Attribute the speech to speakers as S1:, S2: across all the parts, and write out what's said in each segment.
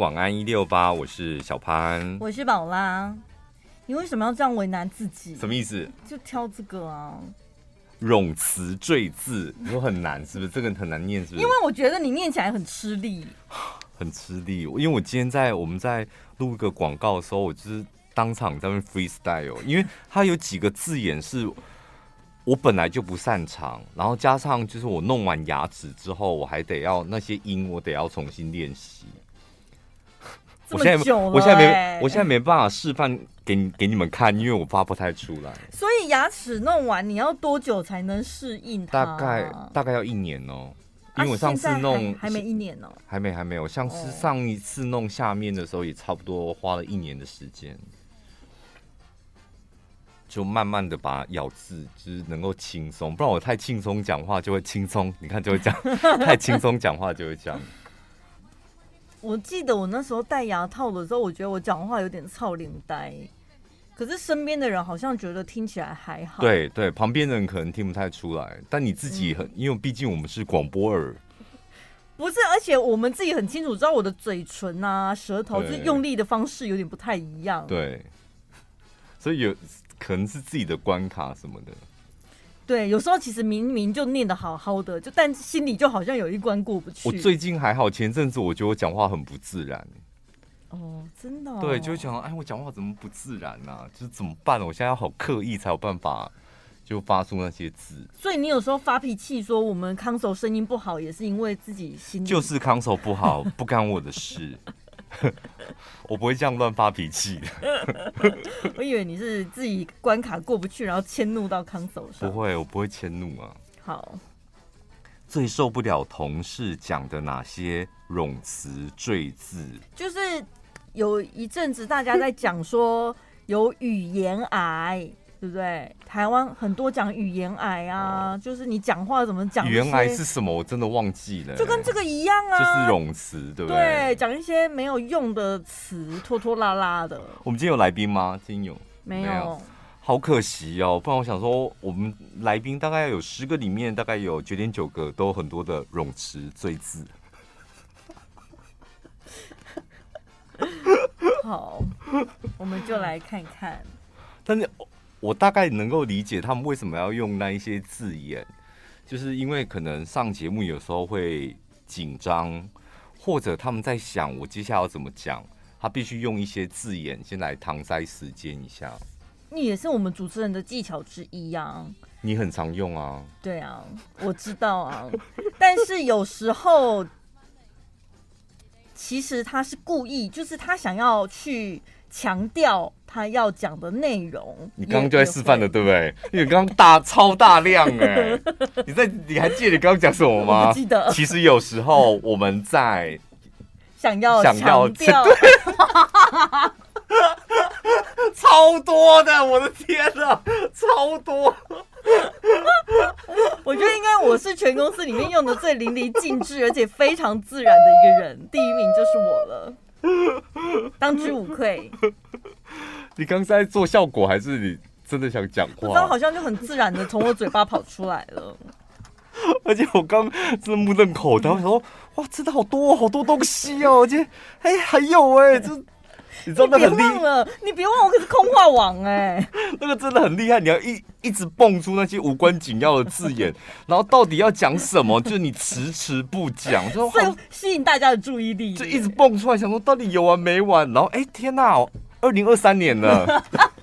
S1: 晚安一六八，我是小潘。
S2: 我是宝拉，你为什么要这样为难自己？
S1: 什么意思？
S2: 就挑这个啊？
S1: 冗词赘字，你说很难是不是？这个很难念是不是
S2: 因？为我觉得你念起来很吃力。
S1: 很吃力，因为我今天在我们在录一个广告的时候，我就是当场在那边 freestyle，因为它有几个字眼是我本来就不擅长，然后加上就是我弄完牙齿之后，我还得要那些音，我得要重新练习。
S2: 这
S1: 我
S2: 么
S1: 现在
S2: 久了
S1: 我现在没
S2: 欸
S1: 我现在没办法示范给你给你们看，因为我发不太出来。
S2: 所以牙齿弄完，你要多久才能适应它？
S1: 大概大概要一年哦、因为我
S2: 啊
S1: 上次
S2: 现在
S1: 弄
S2: 还还没一年哦、
S1: 还没还没有，像是
S2: 哦
S1: 上一次弄下面的时候，也差不多花了一年的时间，就慢慢的把咬字就是能够轻松，不然我太轻松讲话就会轻松，你看就会这 样，太轻松讲话就会这样。
S2: 我记得我那时候戴牙套的时候，我觉得我讲话有点操领呆，可是身边的人好像觉得听起来还好。，
S1: 对对，旁边人可能听不太出来，但你自己
S2: 嗯
S1: 很，因为毕竟我们是广播耳，
S2: 不是，而且我们自己很清楚知道我的嘴唇啊、舌头
S1: 对
S2: 就是用力的方式有点不太一样。
S1: 对，所以有可能是自己的关卡什么的。
S2: 对，有时候其实明明就念得好好的，就但心里就好像有一关过不去。
S1: 我最近还好，前阵子我觉得我讲话很不自然。
S2: 哦，真的、哦、
S1: 对，就会想，哎，我讲话怎么不自然呢、就是怎么办？我现在要好刻意才有办法，就发出那些字。
S2: 所以你有时候发脾气说我们康手声音不好，也是因为自己心里
S1: 就是康手不好，不干我的 事。我不会这样乱发脾气的，
S2: 我以为你是自己关卡过不去，然后迁怒到康手
S1: 不
S2: 上。
S1: 会，我不会迁怒啊。
S2: 好，
S1: 最受不了同事讲的哪些冗词赘字？
S2: 就是有一阵子大家在讲说有语言癌。对不对？台湾很多讲语言癌啊，
S1: 哦
S2: 就是你讲话怎么讲，
S1: 原来是什么？我真的忘记了、
S2: 就跟这
S1: 个
S2: 个一样
S1: 就是
S2: 啊，
S1: 冗词，对不
S2: 对，？讲一些没有用的词，拖拖拉拉的，
S1: 我们今天有来宾吗？今天有。
S2: 没
S1: 没
S2: 有
S1: 有。好可惜哦，不然我想说，我们来宾大概有十个里面，大概有九点九个都很多的冗词赘字。
S2: 好，我们就来看看。
S1: 但是我我大概能够理解他们为什么要用那一些字眼，就是因为可能上节目有时候会紧张，或者他们在想我接下来要怎么讲，他必须用一些字眼先来搪塞时间一下。
S2: 那也是我们主持人的技巧之一啊。
S1: 你很常用啊，
S2: 对啊，我知道啊， 但是有时候其实他是故意，就是他想要去强调他要讲的内容。
S1: 你刚刚
S2: 也
S1: 就在示范了，。对不对？因为你刚刚大超大量哎、你在你还记得你刚刚讲什么
S2: 我
S1: 吗
S2: 不？记得
S1: 其实有时候我们在
S2: 也会想要
S1: 想要
S2: 强调，
S1: 超多的，我的天呐，超多！
S2: 我觉得应该我是全公司里面用的最淋漓尽致，而且非常自然的一个人，第一名就是我了，当之无愧。
S1: 你刚刚是在做效果还是你真的想讲
S2: 不知道
S1: 话
S2: 好？像就很自然的从我嘴巴跑出来了。
S1: 而且我刚真的目瞪口呆，我想说哇，真的好多好多东西哦！我今天哎还有哎、这你知道
S2: 你
S1: 那
S2: 别
S1: 很厉
S2: 忘了，你别忘了，我可是空话王哎、
S1: 那个真的很厉害，你要一一直蹦出那些无关紧要的字眼， 然后到底要讲什么，就是你迟迟不讲，就
S2: 所
S1: 好
S2: 以吸引大家的注意力。
S1: 就一直蹦出来，想说到底有完没完，然后哎、天哪、二零二三年了，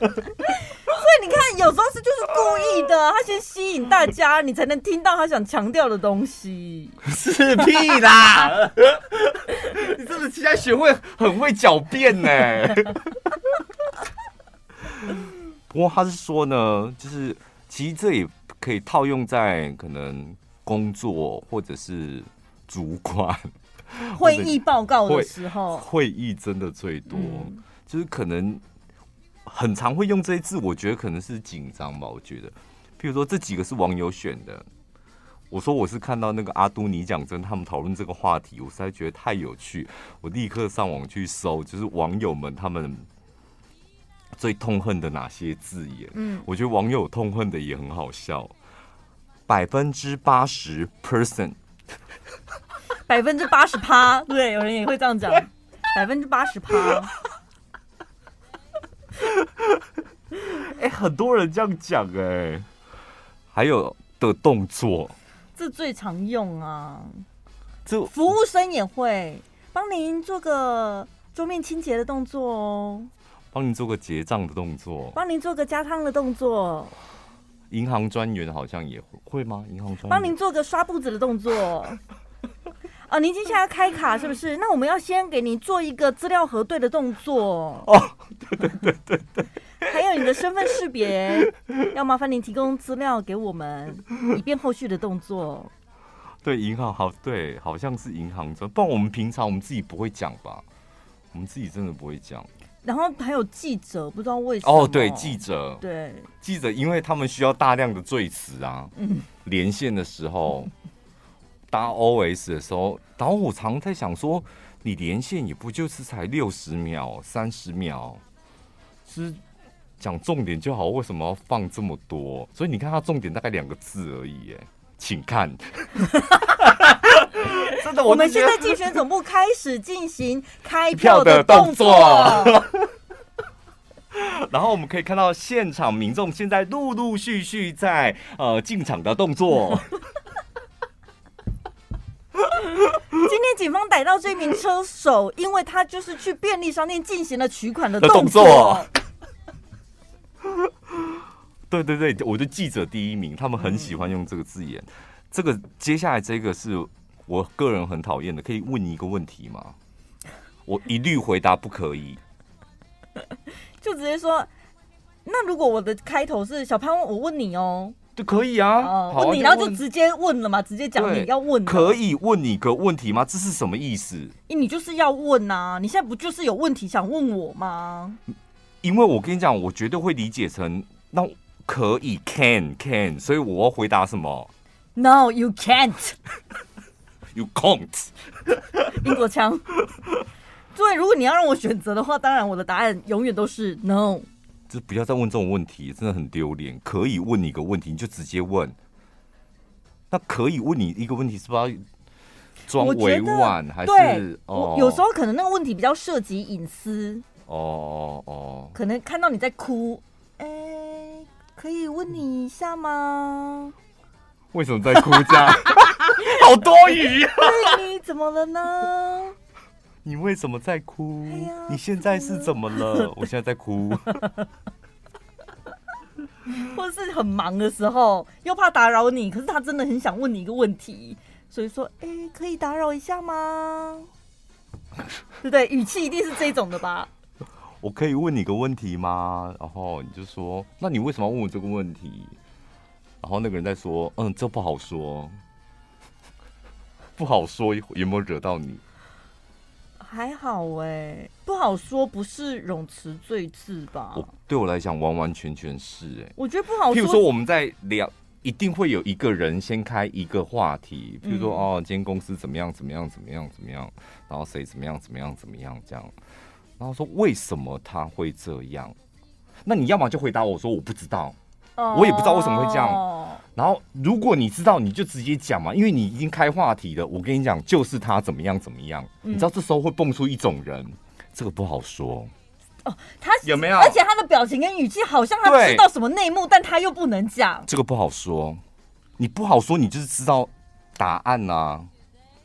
S2: 对，你看，有时候是就是故意的，他先吸引大家，你才能听到他想强调的东西。
S1: 是屁啦！ 你真的现在学会很会狡辩呢、 不过他是说呢，就是其实这也可以套用在可能工作或者是主管。
S2: 会议报告的时候，
S1: 会议真的最多，
S2: 嗯
S1: 就是可能很常会用这些字，我觉得可能是紧张吧。我觉得，譬如说这几个是网友选的，我说我是看到那个阿都尼讲真他们讨论这个话题，我实在觉得太有趣，我立刻上网去搜，就是网友们他们最痛恨的哪些字眼。
S2: 嗯，
S1: 我觉得网友痛恨的也很好笑，百分之八十 percent
S2: 百分之八十趴，对，有人也会这样讲。百分之八十趴。
S1: 哎、很多人这样讲哎、还有的动作，
S2: 这最常用啊，
S1: 这
S2: 服务生也会帮您做个桌面清洁的动作哦，
S1: 帮你做个结账的动作，
S2: 帮您做个加汤的动
S1: 哦
S2: 作，
S1: 银行专员好像也会会吗？银行专员
S2: 帮您做个刷步子的 动作。啊，您接下来要开卡是不是？那我们要先给您做一个资料核对的动作
S1: 哦，
S2: 对对对对对，还有你的身份识别，要麻烦您提供资料给我们，以便后续的动作。
S1: 对银行好，对，好像是银行专，不然我们平常我们自己不会讲吧？我们自己真的不会讲。
S2: 然后还有记者，不知道为什么
S1: 哦，对，记者，
S2: 对
S1: 记者，因为他们需要大量的罪词啊，连线的时候，搭 OS 的时候，然后我常在想说，你连线也不就是才六十秒、三十秒，是讲重点就好，为什么要放这么多？所以你看，它重点大概两个字而已，哎，请看。 真的，
S2: 我
S1: 我
S2: 们
S1: 就
S2: 现
S1: 觉得
S2: 在竞选总部开始进行开
S1: 票
S2: 票
S1: 的
S2: 的
S1: 动
S2: 动
S1: 作
S2: 作，
S1: 然后我们可以看到现场民众现在陆陆续续在呃进场的动作。
S2: 今天警方逮到这名车手，因为他就是去便利商店进行了取款的
S1: 的动
S2: 动作。
S1: 作对对对，我就记者第一名，他们很喜欢用这个字眼。这个接下来这个是我个人很讨厌的，可以问你一个问题吗？我一律回答不可以。
S2: 就直接说。那如果我的开头是小潘，我问你哦，
S1: 就可以啊，
S2: 哦、
S1: 好啊
S2: 问你，然后
S1: 问
S2: 就直接问了嘛，直接讲
S1: 对
S2: 你要问的，
S1: 可以问你个问题吗？这是什么意思？
S2: 诶你就是要问呐、你现在不就是有问题想问我吗？
S1: 因为我跟你讲，我绝对会理解成那可以 can can，所以我要回答什么
S2: No, you can't。
S1: ？You can't。
S2: 英国腔。 对，如果你要让我选择的话，当然我的答案永远都是 no。
S1: 就不要再问这种问题，真的很丢脸。可以问你一个问题，你就直接问。那可以问你一个问题，是不是要装
S2: 我觉
S1: 委
S2: 得
S1: 婉，还
S2: 对
S1: 是，
S2: 我
S1: 哦？
S2: 有时候可能那个问题比较涉及隐私，
S1: 哦哦哦，
S2: 可能看到你在哭，哎、可以问你一下吗？
S1: 为什么在哭这样？ 好多余啊！
S2: 对，你怎么了呢？
S1: 你为什么在哭
S2: 哎呀？
S1: 你现在是怎么 了？我现在在哭。
S2: 或者是很忙的时候，又怕打扰你，可是他真的很想问你一个问题，所以说，哎、可以打扰一下吗？ 对不对？语气一定是这种的吧？
S1: 我可以问你个问题吗？然后你就说，那你为什么要问我这个问题？然后那个人在说，嗯，这不好说， 不好说有没有惹到你？
S2: 还好哎、不好说，不是泳池最字吧？
S1: 我对我来讲完完全全是哎、
S2: 我觉得不好
S1: 譬如说我们在聊，一定会有一个人先开一个话题，譬如说、
S2: 嗯
S1: 哦，今天公司怎么样怎么样怎么样怎么样，然后谁怎么样怎么样怎么样这样，然后说为什么他会这样？那你要么就回答我说我不知道，我也不知道为什么会这样
S2: 哦
S1: 然后如果你知道你就直接讲嘛，因为你已经开话题了。我跟你讲，就是他怎么样怎么样，
S2: 嗯
S1: 你知道这时候会蹦出一种人，这个不好说。
S2: 他
S1: 有没有
S2: 而且他的表情跟语气好像他
S1: 对
S2: 知道什么内幕，但他又不能讲。
S1: 这个不好说，你不好说，你就是知道答案啊。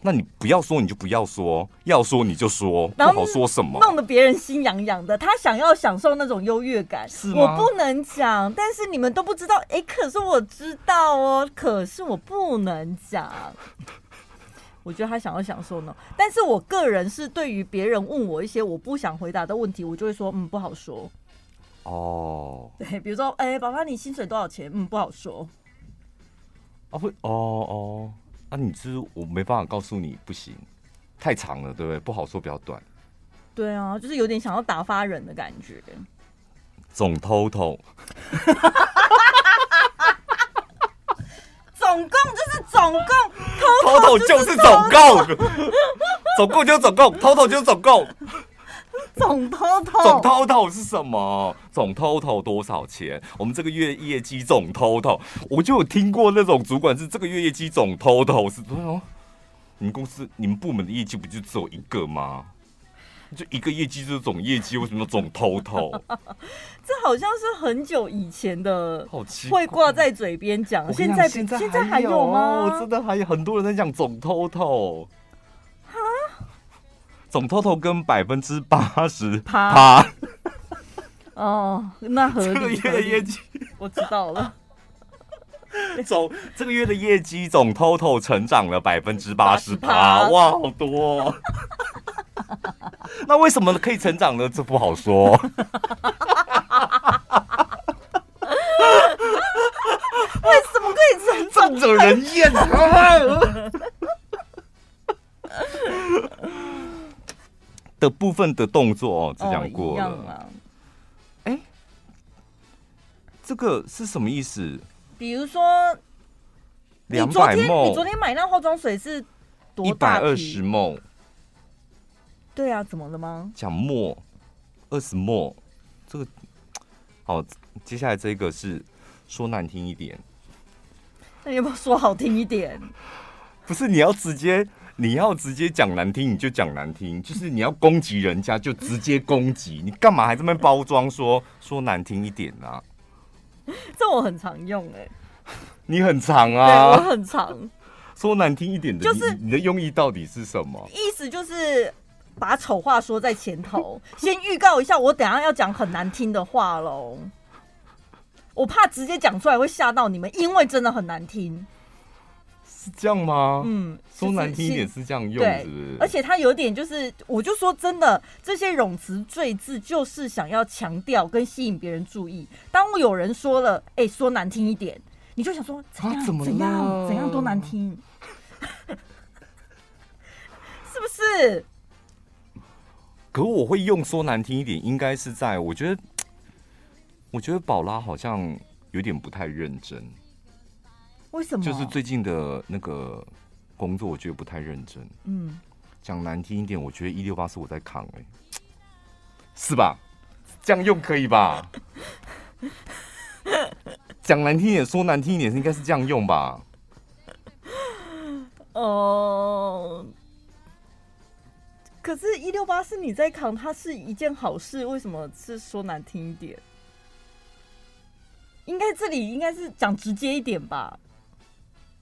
S1: 那你不要说，你就不要说；要说你就说，不
S2: 然后
S1: 好说什么。
S2: 弄得别人心痒痒的，他想要享受那种优越感。
S1: 是
S2: 我
S1: 吗
S2: 不能讲，但是你们都不知道。哎、可是我知道哦，可是我不能讲。 我觉得他想要享受呢，但是我个人是对于别人问我一些我不想回答的问题，我就会说嗯不好说。
S1: 哦，
S2: 对，比如说哎、爸爸你薪水多少钱？嗯不好说。
S1: 啊会，哦哦，啊，你是我没办法告诉你，不行，太长了，对不对？不好说，比较短。
S2: 对啊，就是有点想要打发人的感觉。
S1: 总 total
S2: 总共就是总共偷
S1: 偷偷 就是总共，总共就总共，偷偷就总共，
S2: 总偷偷
S1: 总偷偷是什么？总偷偷多少钱？我们这个月业绩总偷偷，我就有听过那种主管是这个月业绩总哦偷偷是多少？你们公司、你们部门的业绩不就只有一个吗？就一个业绩就是总业绩，为什么总偷偷？
S2: 这好像是很久以前的，
S1: 好奇怪
S2: 会挂在嘴边
S1: 我
S2: 讲，
S1: 跟
S2: 现
S1: 你讲
S2: 在不
S1: 现在
S2: 现在还
S1: 有哦
S2: 吗？
S1: 真的还有很多人在讲总 total。总 total 跟百分之八十
S2: 趴
S1: 趴，
S2: 哦，那合
S1: 这个
S2: 理，
S1: 月
S2: 合
S1: 的业
S2: 理
S1: 绩
S2: 我知 道了。
S1: 总这个月的业绩总 total 成长了百分之八十趴，
S2: 80%
S1: 哇，好多、哦。 那为什么可以成长呢？这不好 说。
S2: 为什么可以成
S1: 这么惹人厌 啊！的部分的动作哦，只讲
S2: 哦一
S1: 过了。
S2: 样啦？
S1: 哎这个是什么意思？
S2: 比如说，你
S1: 两
S2: 昨
S1: 百
S2: 天你昨
S1: 梦，
S2: 天买那化妆水是多
S1: 一
S2: 大
S1: 百
S2: 瓶
S1: 二十？梦，
S2: 对啊，怎么了吗？
S1: 讲墨，二十墨，这个好。接下来这个是说难听一点，
S2: 那你有没有说好听一点？
S1: 不是你要直接，你要直接讲难听，你就讲难听，就是你要攻击人家就直接攻击，你干嘛还这么包装说说难听一点啊？
S2: 这我很常用哎、
S1: 你很长
S2: 对
S1: 啊，
S2: 我很常，
S1: 说难听一点的，
S2: 就是
S1: 你你的用意到底是什么？
S2: 意思就是把丑话说在 前头，先预告一下，我等一下要讲很难听的话喽。我怕直接讲出来会吓到你们，因为真的很难听。
S1: 是这样吗？
S2: 嗯，
S1: 说难听一
S2: 就是
S1: 点是这样用，
S2: 对
S1: 是不是？
S2: 而且他有点就是，我就说真的，这些冗词赘字就是想要强调跟吸引别人注意。当有人说了，哎、说难听一点，你就想说怎样、
S1: 啊怎么
S2: 怎样
S1: 了
S2: 怎样多难听， 是不是？
S1: 可我会用说难听一点，应该是在我觉得，我觉得宝拉好像有点不太认真，
S2: 为什么？
S1: 就是最近的那个工作，我觉得不太认真。
S2: 嗯，
S1: 讲难听一点，我觉得一六八是我在扛、欸，是吧？这样用可以 吧？讲难听一点，说难听一点，应该是这样用吧？
S2: 哦、可是，一六八是你在扛，它是一件好事，为什么是说难听一点？应该这里应该是讲直接一点吧。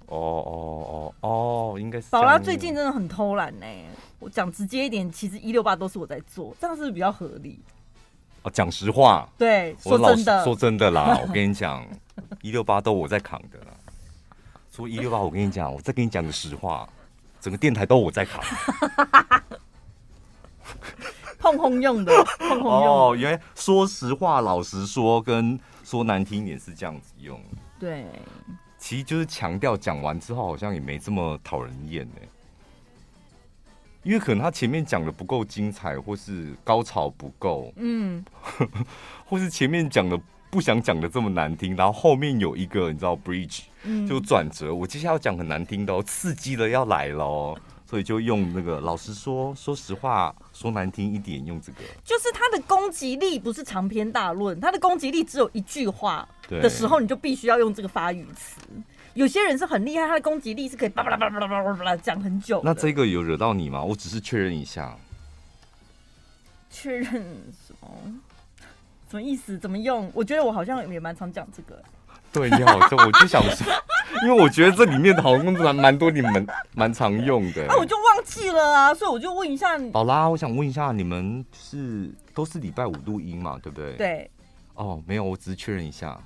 S1: 哦哦哦哦，应该是这
S2: 宝
S1: 样
S2: 拉最近真的很偷懒呢、我讲直接一点，其实一六八都是我在做，这样是不是比较合理？
S1: 哦，讲实话，
S2: 对，
S1: 我
S2: 说
S1: 老
S2: 真
S1: 实
S2: 的
S1: 说，真的啦，我跟你讲， 一六八都我在扛的啦。说一六八，我跟你讲，我再跟你讲个实话，整个电台都我在扛。
S2: 碰 轰用的，碰轰用的
S1: 哦，原来说实话，老实说，跟说难听一点是这样子用。
S2: 对，
S1: 其实就是强调讲完之后好像也没这么讨人厌呢、因为可能他前面讲的不够精彩，或是高潮不够，
S2: 嗯，
S1: 或是前面讲的不想讲的这么难听，然后后面有一个你知道 bridge
S2: 嗯
S1: 就转折，我接下来要讲很难听的哦，刺激的要来喽，所以就用那个老实说，说实话，说难听一点，用这个
S2: 就是他的攻击力不是长篇大论，他的攻击力只有一句话
S1: 对
S2: 的时候，你就必须要用这个发语词。有些人是很厉害，他的攻击力是可以叭叭叭叭叭叭叭叭讲很久的。
S1: 那这个有惹到你吗？我只是确认一下，
S2: 确认什么？什么意思？怎么用？我觉得我好像也蛮常讲这个、
S1: 对你好像我就想说，因为我觉得这里面好像蛮蛮多你 们蛮常用的、
S2: 啊，我就忘记了啊，所以我就问一下你，
S1: 宝拉，我想问一下，你们是都是礼拜五录音嘛？对不对？。
S2: 对，
S1: 哦，没有，我只是确认一下。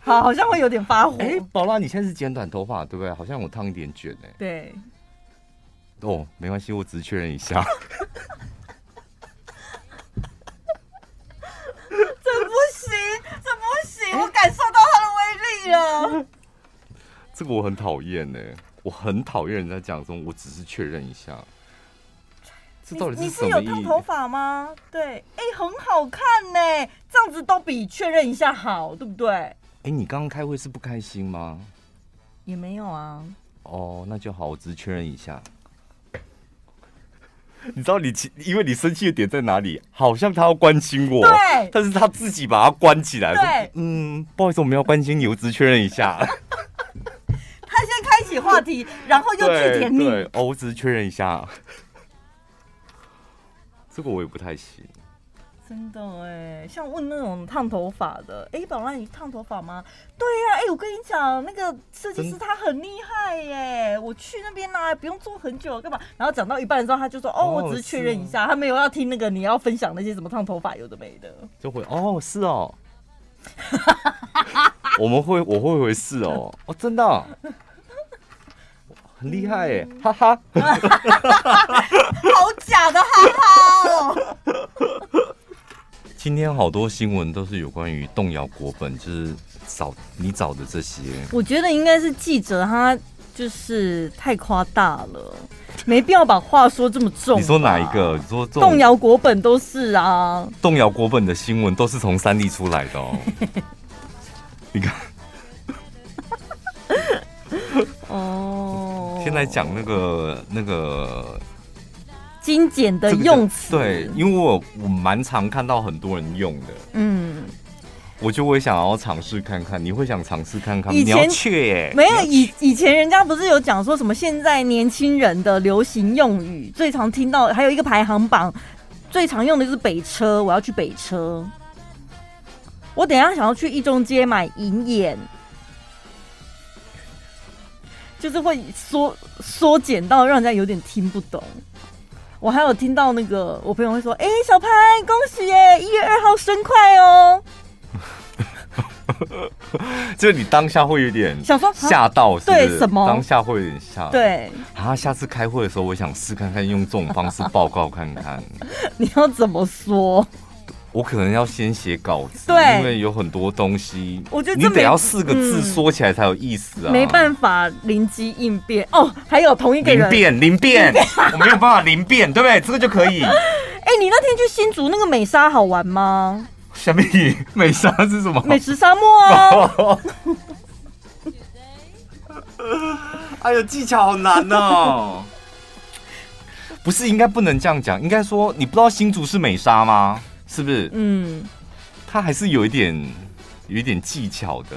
S2: 好，好像会有点发火。
S1: 哎、宝拉，你现在是剪短头发对不对？好像我烫一点卷哎、
S2: 对，
S1: 哦，没关系，我只是确认一 下。
S2: 这不行，这不行，我感受到它的威力了。
S1: 这个我很讨厌呢，我很讨厌人家讲说，我只是确认一下。这到底
S2: 你你
S1: 什
S2: 是
S1: 么
S2: 有
S1: 意
S2: 烫
S1: 义？
S2: 头发吗？对，哎、很好看呢、这样子都比确认一下好，对不对？
S1: 哎、你刚刚开会是不开心吗？
S2: 也没有啊，
S1: 哦，那就好，我只是确认一下。你知道你其因为你生气的点在哪里？好像他要关心我，
S2: 对
S1: 但是他自己把它关起来，
S2: 对
S1: 说嗯，不好意思，我们要关心你，我只是确认一下。
S2: 他先开启话话题，然 后 又
S1: 对
S2: 去舔你，
S1: 对，哦，我只是确认一下， 这个我也不太行。
S2: 真的哎，像问那种烫头发的，哎、宝拉你烫头发吗？对呀、哎、我跟你讲，那个设计师
S1: 真
S2: 他很厉害耶，我去那边呢、啊不用做很久，干嘛？然后讲到一半的时候，他就说，哦，
S1: 哦
S2: 我只是确认一下，他没有要听那个你要分享那些什么烫头发有的没的。
S1: 就会哦，是哦， 我们会我会回是哦，哦，真的哦、很厉害耶，哈哈，
S2: 好假的，哈哈哦！
S1: 今天好多新闻都是有关于动摇国本，就是找你找的这些，
S2: 我觉得应该是记者他就是太夸大了，没必要把话说这么重。啊
S1: 你说哪一？个？你说这种
S2: 动摇国本都是啊，
S1: 动摇国本的新闻都是从三立出来的 哦，你看
S2: 哦。
S1: 现在讲那个那个
S2: 精简的
S1: 这个叫
S2: 用词，
S1: 对，因为我我蛮常看到很多人用的。
S2: 嗯，
S1: 我就会想要尝试看看，你会想尝试看看吗？你
S2: 以前
S1: 要去耶、
S2: 没
S1: 你
S2: 有
S1: 要
S2: 以以前人家不是有讲说什么现在年轻人的流行用语，最常听到还有一个排行榜，最常用的就是北车，我要去北车。我等一下想要去一中街买银眼，就是会缩缩减到让人家有点听不懂。我还有听到那个我朋友会说：“哎、小潘，恭喜耶，一月二号生快哦。
S1: 就你当下会有点”
S2: 想说啊
S1: 吓到，是不是
S2: 对什么
S1: 当下会有点吓。
S2: 对，
S1: 啊，下次开会的时候，我想试看看用这种方式报告看看。
S2: 你要怎么说？
S1: 我可能要先写稿子，
S2: 对
S1: 因为有很多东西，
S2: 我觉得
S1: 你
S2: 这
S1: 得
S2: 没
S1: 要四个字
S2: 嗯
S1: 说起来才有意思啊。
S2: 没办法灵机应变哦。还有同一个人
S1: 零，变零变，我没有办法零变，对不对？这个就可以。
S2: 哎、你那天去新竹那个美沙好玩吗？
S1: 下面美莎是什么？
S2: 美食沙漠啊，
S1: 哎呀，技巧好难哦。不是，应该不能这样讲，应该说你不知道新竹是美沙吗？是不是？
S2: 嗯，
S1: 它还是有一点，有一点技巧的。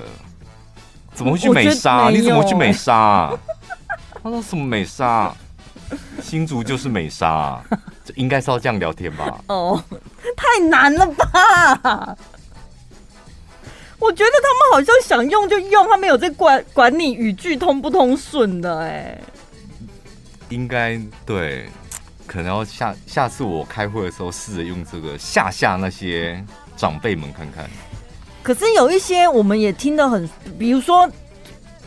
S1: 怎么会去
S2: 我觉得
S1: 美沙？
S2: 没有
S1: 你怎么会去美沙？他说什么美沙？新竹就是美沙，这应该是要这样聊天吧？
S2: 哦，太难了吧？我觉得他们好像想用就用，他没有在管管你语句通不通顺的、哎，
S1: 应该对，可能要下下次我开会的时候试着用这个吓吓那些长辈们看看。
S2: 可是有一些我们也听得很，比如说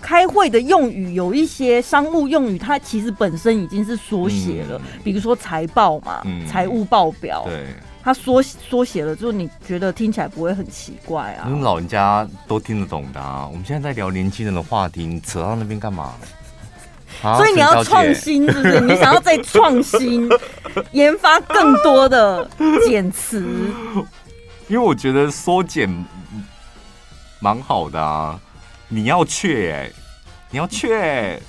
S2: 开会的用语，有一些商务用语，它其实本身已经是缩写了，
S1: 嗯
S2: 比如说财报嘛，
S1: 嗯
S2: 财务报表，
S1: 对，
S2: 它缩缩写了之后，你觉得听起来不会很奇怪啊
S1: 因？为老人家都听得懂的啊。我们现在在聊年轻人的话题，你扯到那边干 嘛？啊
S2: 所以你
S1: 陈
S2: 要
S1: 小姐
S2: 创新，是不是？你想要再创新，研发更多的简 词，
S1: 因为我觉得缩减嗯蛮好的啊。你要确、欸，你要确、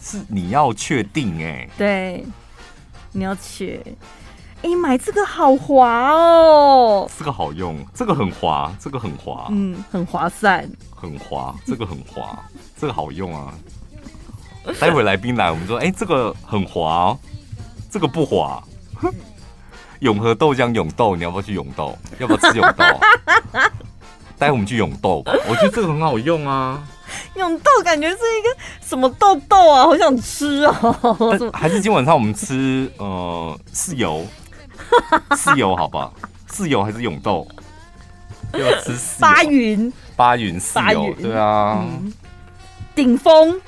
S1: 是你要确定哎、
S2: 对，你要去。哎、买这个好滑哦，
S1: 这个好用，这个很滑，这个很滑，
S2: 嗯，很划算。
S1: 很滑，这个很滑，这个好用啊。待会来宾来，我们说，哎、这个很滑、哦，这个不滑。 永和豆浆永豆，你要不要去永豆？要不要吃永豆？待会我们去永豆吧，我觉得这个很好用啊。
S2: 永豆感觉是一个什么豆豆啊，好想吃 哦。什么
S1: 还是今晚上我们吃呃豉油，豉油好不好？豉油还是永豆？要不要吃豉油
S2: 发云
S1: 八云豉
S2: 八
S1: 油，
S2: 云嗯
S1: 对啊，
S2: 顶峰，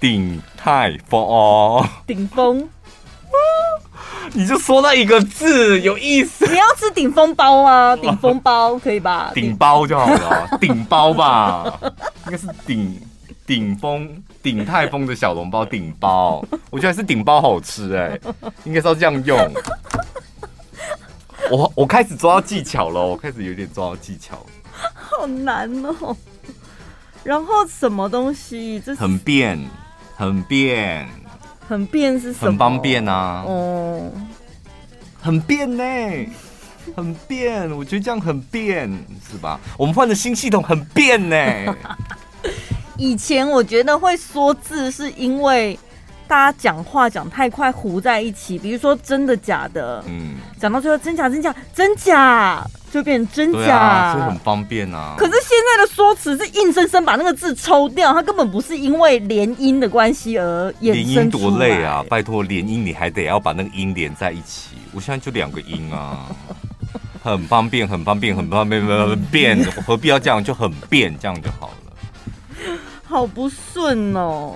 S1: 鼎泰丰哦，
S2: 顶峰，
S1: 你就说那一个字有意思，
S2: 你要吃顶峰包 啊，顶峰包可以吧？
S1: 顶包就好了， 顶包吧，应该是顶顶峰顶泰丰的小笼包顶包，我觉得还是顶包好吃哎、应该是要这样用。我我开始抓到技巧了，我开始有点抓到技巧了。
S2: 好难哦。然后什么东西？这是
S1: 很便，很便，
S2: 很便是什么？
S1: 很方便啊，
S2: 哦。
S1: 很便呢、很便，我觉得这样很便，是吧？我们换了新系统，很便呢、
S2: 以前我觉得会缩字，是因为大家讲话讲太快糊在一起，比如说真的假的，
S1: 嗯，
S2: 讲到最后真假真假真假，就变成真
S1: 对
S2: 假。
S1: 啊，所以很方便啊。
S2: 可是现在的缩词是硬生生把那个字抽掉，它根本不是因为连音的关系而
S1: 联
S2: 衍
S1: 音
S2: 生出
S1: 多
S2: 来。
S1: 累啊！拜托，联音你还得要把那个音连在一起。我现在就两个音啊，很方便，很方便，很方便，很便，何必要这样？就很便，这样就好了。
S2: 好不顺哦！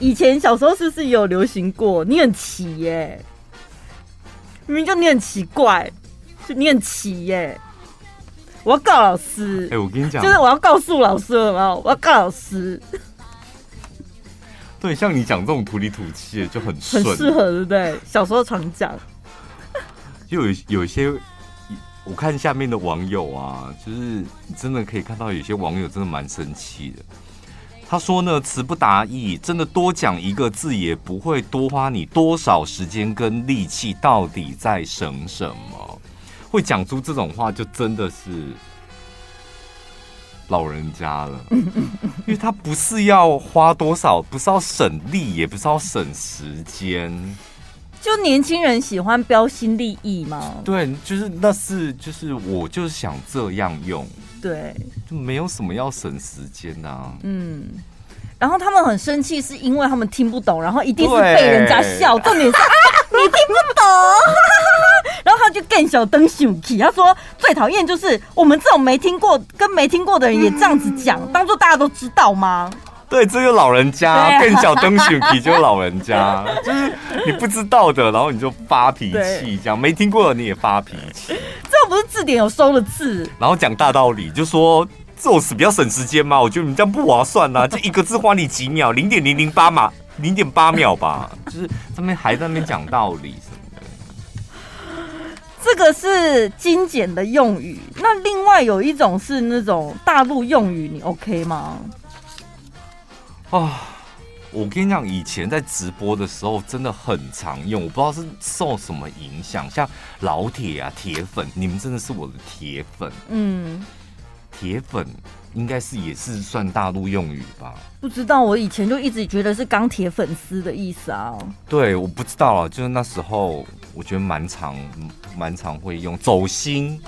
S2: 以前小时候是不是有流行过？你很奇耶、明明就你很奇怪，就你很奇耶、我要告老师
S1: 哎、，我跟你讲，
S2: 就是我要告诉老师了吗？我要告老师，
S1: 对，像你讲这种土里土气的就很
S2: 很
S1: 顺，
S2: 适合，对不对？小时候常讲，
S1: 就有有一些，我看下面的网友啊，就是真的可以看到有些网友真的蛮生气的。他说呢，词不达意，真的多讲一个字也不会多花你多少时间跟力气，到底在省什么？会讲出这种话，就真的是老人家了，因为他不是要花多少，不是要省力，也不是要省时间。
S2: 就年轻人喜欢标新立异嘛，
S1: 对，就是那是就是我就是想这样用，
S2: 对，
S1: 就没有什么要省时间呐、啊。
S2: 嗯。然后他们很生气，是因为他们听不懂，然后一定是被
S1: 对
S2: 人家笑。重点是、啊、你听不懂， 然后他就更小灯生气。他说最讨厌就是我们这种没听过跟没听过的人也这样子讲，当做大家都知道吗？
S1: 对，这就老人家，
S2: 对啊
S1: 更小灯熊皮就是老人 家，就是你不知道的，然后你就发脾气，这样没听过的你也发脾气，
S2: 这又不是字典有收的字，
S1: 然后讲大道理，就说。这种死比较省时间嘛，我觉得你们这样不划算呐、这一个字花你几秒，零点零零八嘛，零点八秒吧，就是他们还在那边讲道理什么的。
S2: 这个是精简的用语。那另外有一种是那种大陆用语，你 OK 吗？
S1: 啊，我跟你讲，以前在直播的时候真的很常用，我不知道是受什么影响，像老铁啊、铁粉，你们真的是我的铁粉，
S2: 嗯，
S1: 铁粉应该是也是算大陆用语吧？
S2: 不知道。我以前就一直觉得是钢铁粉丝的意思啊。
S1: 对，我不知道啊，就是那时候我觉得蛮常蛮常会用走 心，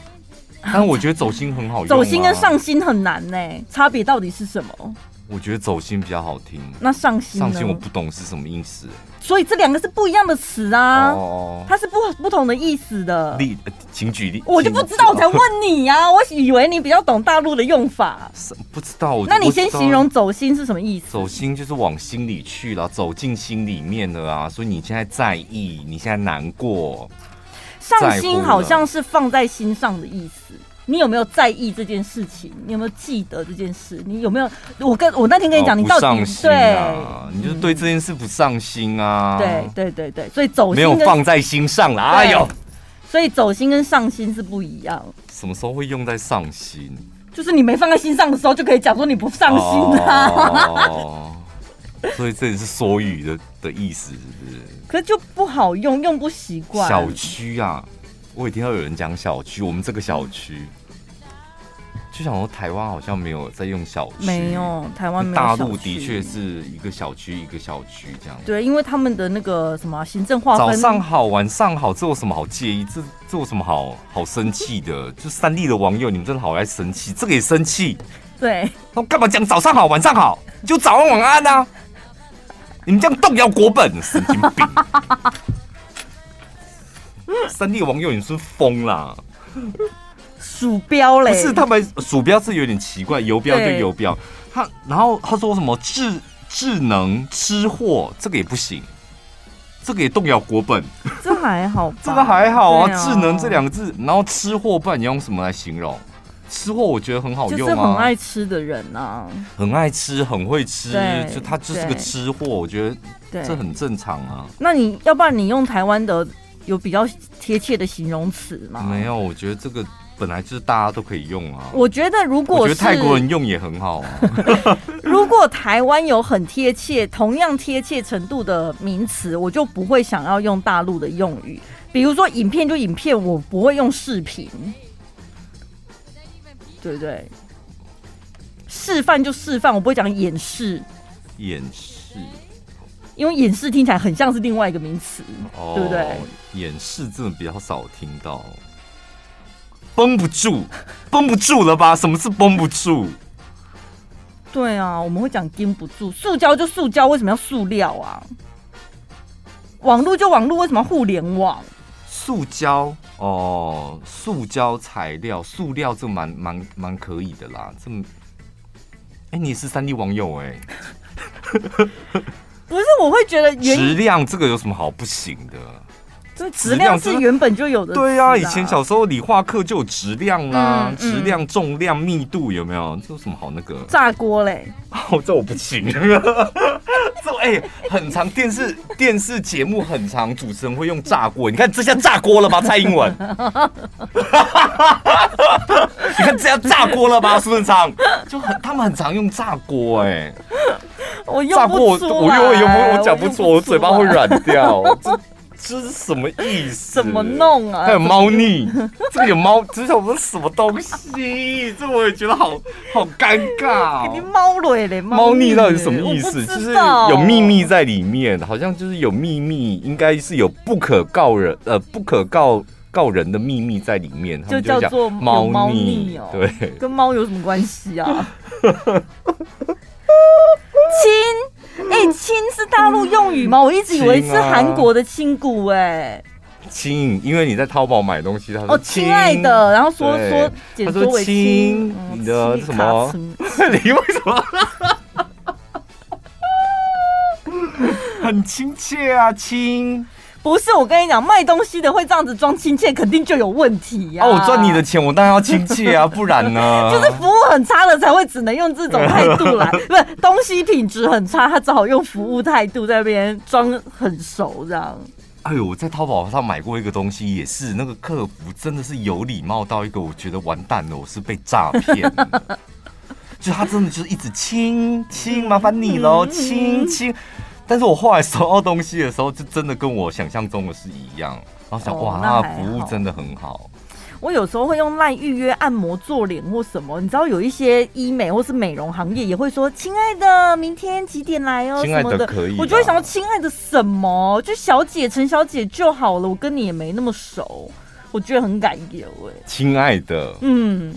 S1: 但我觉得走心很好用、啊，
S2: 走心跟，上心很难呢、差别到底是什么？
S1: 我觉得走心比较好听。
S2: 那上心呢？
S1: 上心我不懂是什么意思、
S2: 所以这两个是不一样的词啊，
S1: 哦，
S2: 它是不不同的意思的。
S1: 例，呃请举例，
S2: 我就不知道，我才问你呀、我以为你比较懂大陆的用法。
S1: 什不知道，我
S2: 那你
S1: 我知
S2: 先
S1: 道
S2: 形容走心是什么意思？
S1: 走心就是往心里去了，走进心里面了啊！所以你现在在意，你现在难过，
S2: 上心好像是放在心上的意思。你有没有在意这件事情？你有没有记得这件事？你有没有？我跟我那天跟你讲，
S1: 哦
S2: 你
S1: 不
S2: 到底
S1: 上心啊，你就是对这件事不上心啊，
S2: 对，对对对，所以走
S1: 没
S2: 心
S1: 有
S2: 跟
S1: 放在心上啦。哎呦
S2: 对，所以走心跟上心是不一样。
S1: 什么时候会用在上心？
S2: 就是你没放在心上的时候，就可以讲说你不上心啊。
S1: 哦，所以这也是缩语的的意思，是不是？
S2: 可是就不好用，用不习惯。
S1: 小区啊，我也听到有人讲小区，我们这个小区，就想说台湾好像没有在用小区，
S2: 没有，台湾没有
S1: 大
S2: 小
S1: 陆
S2: 区
S1: 的确是一个小区一个小区这样。
S2: 对，因为他们的那个什么行政划
S1: 早
S2: 分，
S1: 上好，晚上好，这有什么好介意？这这有什么好好生气的？就三立的网友，你们真的好爱生气，这个也生气。
S2: 对，
S1: 那干嘛讲早上好，晚上好？就早安晚安啊！你们这样动摇国本，神经病！ 三立的网友，你是不是疯啊啦？
S2: 鼠标嘞，
S1: 不是，他们鼠标是有点奇怪，游标就游标。他然后他说什么智智能吃货，这个也不行，这个也动摇国本，
S2: 这还好吧，
S1: 这个还好啊。
S2: 对
S1: 智能这两个字，然后吃货，不然你用什么来形容？吃货我觉得很好
S2: 就
S1: 用
S2: 是很
S1: 啊，
S2: 爱吃的人啊，
S1: 很爱吃，很会吃
S2: 对，
S1: 就他就是个
S2: 对
S1: 吃货，我觉得
S2: 对。
S1: 这很正常啊。
S2: 那你要不然你用台湾的有比较贴切的形容词吗？
S1: 没。有，我觉得这个本来就是大家都可以用啊。
S2: 我觉得如
S1: 我
S2: 果
S1: 觉
S2: 是
S1: 得泰国人用也很好啊。
S2: 如果台湾有很贴切、同样贴切程度的名词，我就不会想要用大陆的用语。比如说影片就影片，我不会用视频，对不对？示范就示范，我不会讲演示，
S1: 掩饰，
S2: 因为演示听起来很像是另外一个名词。
S1: 哦，
S2: 对不对？
S1: 掩饰真的比较少听到，绷不住， 绷不住了吧？什么是绷不住？
S2: 对啊，我们会讲禁不住，塑胶就塑胶，为什么要塑料啊？网络就网络，为什么要互联网？
S1: 塑胶哦，塑胶材料，塑料这蛮蛮蛮可以的啦。这么，哎、你也是三 D 网友哎、
S2: 不是，我会觉得
S1: 质
S2: 原
S1: 量这个有什么好不行的？
S2: 这
S1: 质
S2: 质量
S1: 量
S2: 是
S1: 真的
S2: 原本就有的词。
S1: 对啊，以前小时候理化课就有质量啦，
S2: 嗯
S1: 质量、重量、密度有没有？这有什么好那个？
S2: 炸锅嘞，
S1: 哦，这我不行。 这哎、很长电视电视节目很长，主持人会用炸锅。你看这下炸锅了吧，蔡英文？ 你看这下炸锅了吧，苏贞昌？就很他们很常用炸锅哎、
S2: 我
S1: 炸
S2: 用
S1: 锅我
S2: 不
S1: 我
S2: 出
S1: 我
S2: 来，
S1: 又又我我讲不
S2: 用
S1: 出，我嘴巴会
S2: 来
S1: 软掉。这这是什么意思？
S2: 怎么弄啊？
S1: 还有猫腻，这个有猫，这是我们什么东西？这我也觉得好好尴尬、
S2: 你
S1: 哦。
S2: 猫蕊嘞，
S1: 猫腻
S2: 嘞
S1: 到底是什么意思？
S2: 我不
S1: 就
S2: 知
S1: 是
S2: 道
S1: 有秘密在里面，好像就是有秘密，应该是有不可告人呃不可告告人的秘密在里面，他们
S2: 就叫
S1: 讲
S2: 做有猫腻
S1: 腻
S2: 哦
S1: 对，
S2: 跟猫有什么关 系啊？亲，哎、亲是大陆用语吗？我一直以为是
S1: 亲啊
S2: 韩国的亲骨哎、
S1: 亲，因为你在淘宝买东西，他说
S2: 哦，亲爱的，然后说
S1: 对
S2: 说简
S1: 他
S2: 缩
S1: 说
S2: 为
S1: 亲
S2: 亲，嗯
S1: 你的
S2: 亲
S1: 什么
S2: 卡亲
S1: 亲， 你为什 么？很亲切啊，亲。
S2: 不是，我跟你讲，卖东西的会这样子装亲切，肯定就有问题呀、
S1: 啊，我赚你的，钱，我当然要亲切啊，不然呢？
S2: 就是服务很差的才会只能用这种态度 来，不是东西品质很差，他只好用服务态度在那边装很熟这样。
S1: 哎呦，我在淘宝上买过一个东西，也是那个客服真的是有礼貌到一个，我觉得完蛋了，我是被诈骗了。就他真的就是一直亲亲，麻烦你
S2: 嗯
S1: 喽，亲亲。但是我后来收到东西的时候，就真的跟我想象中的是一样。然后想，
S2: 哦
S1: 哇，
S2: 那
S1: 他的
S2: 还
S1: 服务
S2: 好
S1: 真的很好。
S2: 我有时候会用赖预约按摩做脸或什么，你知道有一些医美或是美容行业也会说“亲爱的，明天几点来哦”
S1: 亲爱
S2: 什
S1: 的
S2: 么的，
S1: 可以啊
S2: 我就会
S1: 啦
S2: 想要“亲爱的什么”，就小姐陈小姐就好了，我跟你也没那么熟，我觉得很感忧哎、
S1: 亲爱的，
S2: 嗯，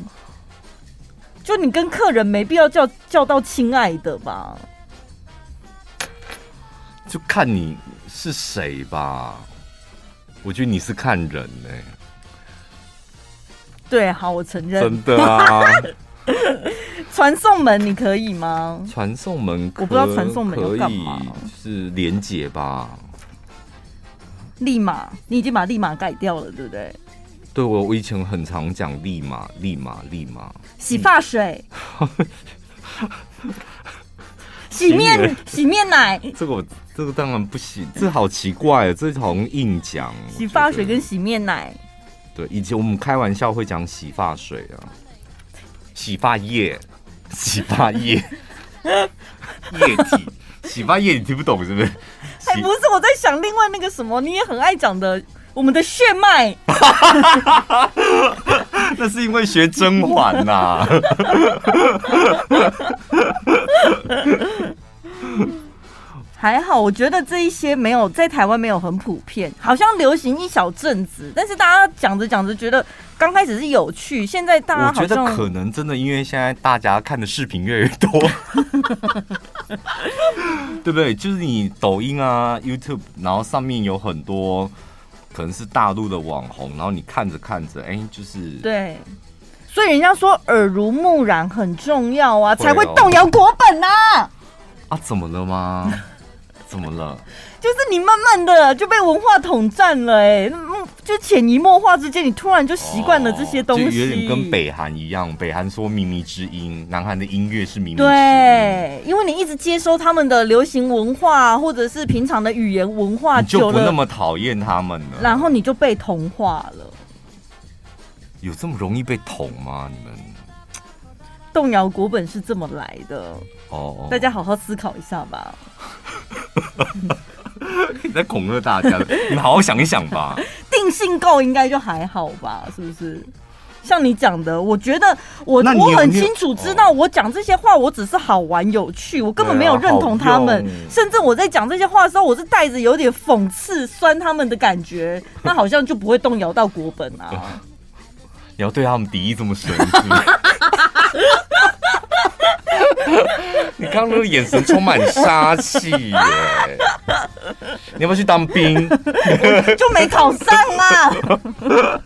S2: 就你跟客人没必要叫叫到亲爱的吧？
S1: 就看你是谁吧。我觉得你是看人呢、
S2: 对，好，我承认。
S1: 真的啊。
S2: 传送门你可以吗？
S1: 传送门可，
S2: 我不知道传送门要
S1: 可
S2: 干
S1: 以
S2: 嘛
S1: 是连接吧？
S2: 立马，你已经把立马改掉了，对不对？
S1: 嗯对我，我以前很常讲立马，立马，立马，
S2: 洗发水。洗面洗面奶、
S1: 这个我这个当然不行，这好奇怪，啊这好像硬讲。我
S2: 洗发
S1: 觉
S2: 水
S1: 得
S2: 跟洗面奶，
S1: 对，以前我们开玩笑会讲洗发水啊，洗发液，洗发液，液体，洗发液你听不懂是不是？
S2: 哎，
S1: 洗
S2: 不是，我在想另外那个什么，你也很爱讲的，我们的血脉，
S1: 那是因为学甄嬛啊呐、
S2: 还好，我觉得这一些没有在台湾没有很普遍，好像流行一小阵子，但是大家讲着讲着觉得刚开始是有趣，现在大家
S1: 我
S2: 好
S1: 觉得
S2: 像
S1: 可能真的因为现在大家看的视频越来越 多，对不对？就是你抖音啊、YouTube，然后上面有很多可能是大陆的网红，然后你看着看着，哎，就是
S2: 对，所以人家说耳濡目染很重要啊，
S1: 会哦
S2: 才会动摇国本啊。
S1: 啊，怎么了吗？怎么了？
S2: 就是你慢慢的就被文化统战了、哎，嗯就潜移默化之间，你突然就 习惯了这些东
S1: 哦
S2: 西，
S1: 就有点跟北韩一样，北韩说靡靡之音，南韩的音乐是靡靡之音。嗯
S2: 对，因为你一直接收他们的流行文化或者是平常的语言文化
S1: 你就
S2: 啊久
S1: 不那
S2: 了，
S1: 么讨厌他们了。
S2: 然后你就被同化了。
S1: 有这么容易被捅吗？你们
S2: 动摇国本是这么来的，
S1: 哦，
S2: 大家好好思考一下吧。
S1: 你在恐吓 大家，你们好好想一想吧。
S2: 定性购应该就还好吧，是不是？像你讲的，我觉得我
S1: 那你
S2: 我
S1: 有
S2: 很
S1: 你有哦
S2: 清楚知道，我讲这些话，我只是好玩有趣，我根
S1: 对
S2: 本
S1: 啊
S2: 没有认同他们
S1: 好用，
S2: 甚至我在讲这些话的时候，我是带着有点讽刺、酸他们的感觉，那好像就不会动摇到国本 啊。
S1: 你要对他们敌意这么深，是 不是你刚刚那个眼神充满杀气耶！ 你要不要去当兵？
S2: 就没考上 啊。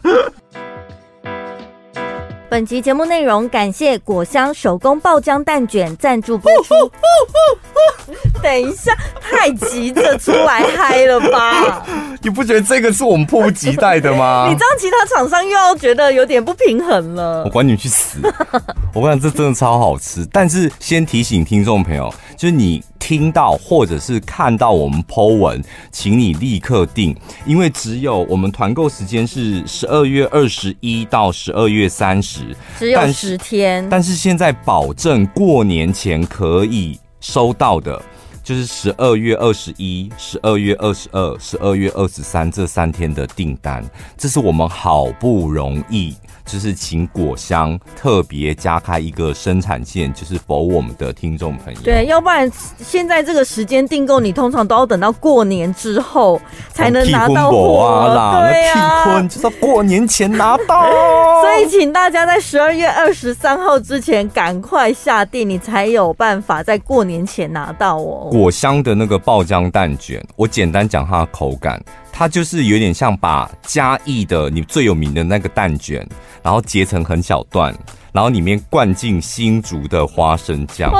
S3: 本集节目内容感谢果香手工爆浆蛋卷赞助播出。
S2: 等一下，太急着出来嗨了 吧？
S1: 你不觉得这个是我们迫不及待的吗？
S2: 你这样其他厂商又要觉得有点不平衡了
S1: 我。管你们去 死！我跟你讲，这真的超好吃。但是先提醒听众朋友，就是你听到或者是看到我们 Po 文，请你立刻订，因为只有我们团购时间是十二月二十一到十二月三十，
S3: 只有
S1: 但是
S3: 十天，
S1: 但是现在保证过年前可以收到的，就是十二月二十一、十二月二十二、十二月二十三这三天的订单，这是我们好不容易。就是请果香特别加开一个生产线，就是否我们的听众朋友。
S2: 对，要不然现在这个时间订购，你通常都要等到过年之后才
S1: 哦
S2: 能拿到货
S1: 啊啦，
S2: 对
S1: 那屁
S2: 啊
S1: 婚。就是要过年前拿 到。
S2: 所以，请大家在十二月二十三号之前赶快下定，你才有办法在过年前拿到哦。
S1: 果香的那个爆浆蛋卷，我简单讲它的口感，它就是有点像把嘉义的你最有名的那个蛋卷，然后截成很小段，然后里面灌进新竹的花生酱，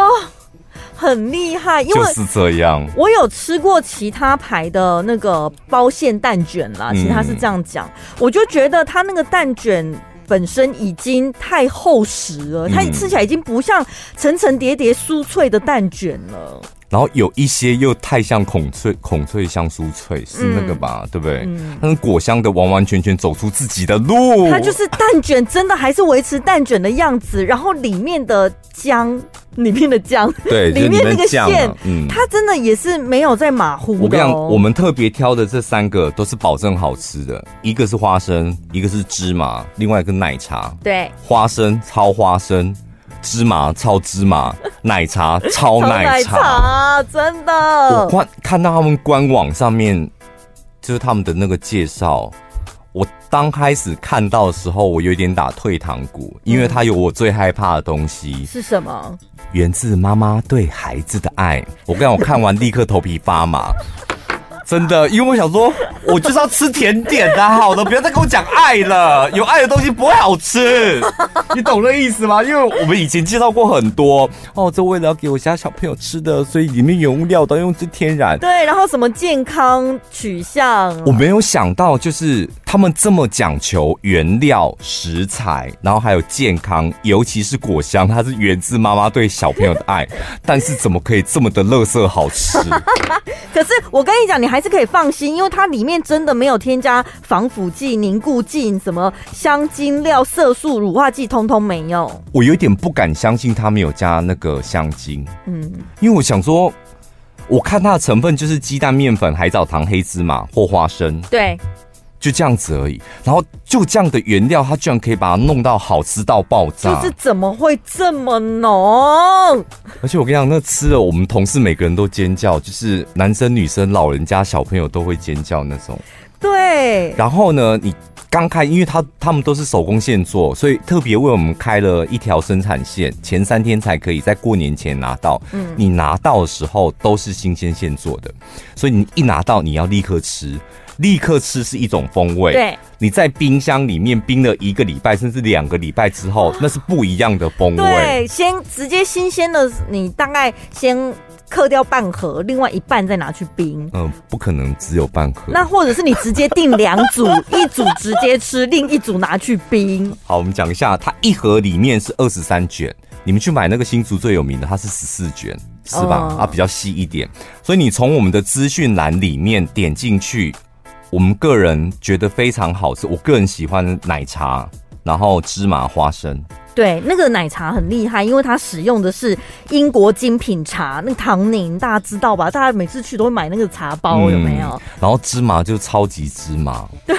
S2: 很厉害，因
S1: 就
S2: 为
S1: 是这样。
S2: 我有吃过其他牌的那个包馅蛋卷啦，
S1: 嗯
S2: 其实他是这样讲，我就觉得它那个蛋卷。本身已经太厚实了，它
S1: 嗯
S2: 吃起来已经不像层层叠叠酥脆的蛋卷了。
S1: 然后有一些又太像孔雀孔雀香酥脆，是那个吧？对不对？
S2: 嗯
S1: 但是果香的完完全全走出自己的路，
S2: 它就是蛋卷，真的还是维持蛋卷的样子，然后里面的姜，里面的姜，
S1: 对，就是
S2: 里面那个
S1: 酱
S2: 馅
S1: 啊，嗯
S2: 它真的也是没有在马虎的、哦。
S1: 我跟你讲，我们特别挑的这三个都是保证好吃的，一个是花生，一个是芝麻，另外一个奶茶。
S3: 对，
S1: 花生超花生，芝麻超芝麻，奶茶超
S2: 超
S1: 奶
S2: 奶
S1: 茶。
S2: 茶真
S1: 我
S2: 的，
S1: 看看到他们官网上面就是他们的那个介绍，我刚开始看到的时候，我有点打退堂鼓，因为它有我最害怕的东西，
S2: 是什么？
S1: 源自妈妈对孩子的爱。我跟你讲，我看完立刻头皮发麻，真的，因为我想说，我就是要吃甜点的、好的，不要再跟我讲爱了，有爱的东西不会好吃，你懂那意思吗？因为我们以前介绍过很多哦，这为了要给我家小朋友吃的，所以里面原物料都要用最天然。
S2: 对，然后什么健康取向，
S1: 我没有想到，就是他们这么讲求原料、食材，然后还有健康，尤其是果香，它是源自妈妈对小朋友的 爱。但是怎么可以这么的垃圾好吃？
S2: 可是我跟你讲，你还是可以放心，因为它里面真的没有添加防腐剂、凝固剂、什么香精料、色素、乳化剂，通通没有。
S1: 我有点不敢相信它没有加那个香精，
S2: 嗯，
S1: 因为我想说，我看它的成分就是鸡蛋、面粉、海藻糖、黑芝麻或花生，
S3: 对，
S1: 就这样子而已。然后就这样的原料，它居然可以把它弄到好吃到爆
S2: 就
S1: 炸。
S2: 是怎么会这么浓？
S1: 而且我跟你讲，那吃了我们同事每个人都尖叫，就是男生、女生、老人家、小朋友都会尖叫那种。
S2: 对，
S1: 然后呢，你刚开，因为他他们都是手工现做，所以特别为我们开了一条生产线，前三天才可以在过年前拿到。嗯，你拿到的时候都是新鲜现做的，所以你一拿到你要立刻吃，立刻吃是一种风味。
S3: 对，
S1: 你在冰箱里面冰了一个礼拜甚至两个礼拜之后，那是不一样的风味。
S2: 对，先直接新鲜的，你大概先刻掉半盒，另外一半再拿去冰。
S1: 嗯，不可能只有半盒。
S2: 那或者是你直接订两组，一组直接吃，另一组拿去冰。
S1: 好，我们讲一下，它一盒里面是二十三卷，你们去买那个新竹最有名的，它是十四卷，是吧？
S2: 哦
S1: 啊，比较细一点，所以你从我们的资讯栏里面点进去，我们个人觉得非常好吃，我个人喜欢奶茶，然后芝麻花生，
S2: 对，那个奶茶很厉害，因为它使用的是英国精品茶，那个唐宁大家知道哦
S1: 嗯
S2: 吧？大家每次去都会买那个茶包，有没有？嗯
S1: 然后芝麻就是超级芝麻，对，